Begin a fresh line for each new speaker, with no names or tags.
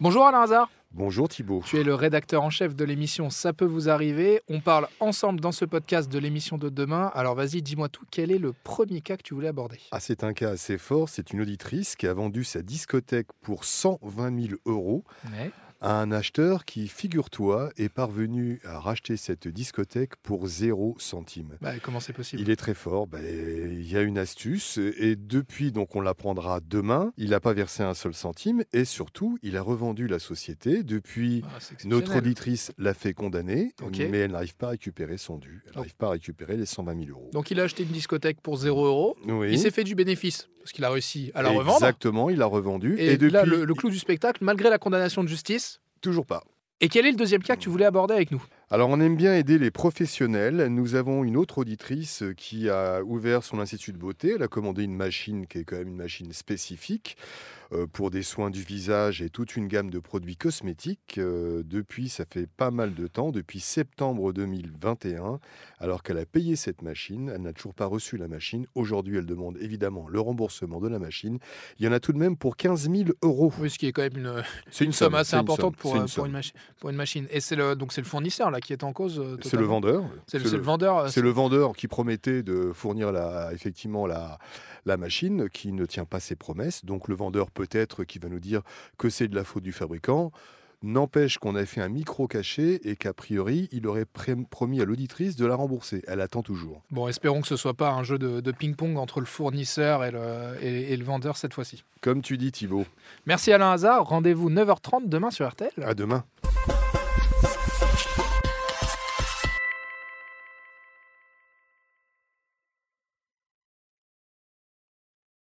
Bonjour Alain Hazard.
Bonjour Thibault.
Tu es le rédacteur en chef de l'émission Ça peut vous arriver. On parle ensemble dans ce podcast de l'émission de demain. Alors vas-y, dis-moi tout, quel est le premier cas que tu voulais aborder
Ah, c'est un cas assez fort. C'est une auditrice qui a vendu sa discothèque pour 120 000 euros
Ouais.
à un acheteur qui, figure-toi, est parvenu à racheter cette discothèque pour 0 centime.
Bah, comment c'est possible
Il est très fort. Ben, il y a une astuce. Et depuis, donc, on l'apprendra demain. Il n'a pas versé un seul centime. Et surtout, il a revendu la société. Depuis,
Ah, c'est exceptionnel.
notre auditrice l'a fait condamner,
Ok.
mais elle n'arrive pas à récupérer son dû. Elle
Oh.
n'arrive pas à récupérer les 120 000 euros.
Donc il a acheté une discothèque pour 0 euros.
Oui.
Il s'est fait du bénéfice parce qu'il a réussi à la revendre.
Exactement, il l'a revendu.
Et,
Et, depuis,
là, le, le clou du spectacle, malgré la condamnation de justice.
toujours pas.
Et quel est le deuxième cas que tu voulais aborder avec nous
Alors, on aime bien aider les professionnels. Nous avons une autre auditrice qui a ouvert son institut de beauté. Elle a commandé une machine qui est quand même une machine spécifique euh, pour des soins du visage et toute une gamme de produits cosmétiques. Euh, depuis, ça fait pas mal de temps, depuis septembre 2021, alors qu'elle a payé cette machine. Elle n'a toujours pas reçu la machine. Aujourd'hui, elle demande évidemment le remboursement de la machine. Il y en a tout de même pour 15 000 euros.
Oui, ce qui est quand même une,
C'est
une somme assez
c'est une
importante
somme,
pour,
c'est
euh,
une
pour,
somme.
une machi- pour une machine. Et c'est le, donc c'est le fournisseur là qui est en cause. euh,
C'est le
totalement.
vendeur.
C'est le, c'est le vendeur. euh,
C'est le vendeur qui promettait de fournir la, effectivement la, la machine, qui ne tient pas ses promesses. Donc le vendeur peut-être qui va nous dire que c'est de la faute du fabricant. N'empêche qu'on a fait un micro cachet et qu'a priori, il aurait pré- promis à l'auditrice de la rembourser. Elle attend toujours.
Bon, espérons que ce soit pas un jeu de, de ping-pong entre le fournisseur et le, et- et le vendeur cette fois-ci.
Comme tu dis Thibault,
Merci Alain Hazard. Rendez-vous 9h30 demain sur RTL.
à demain.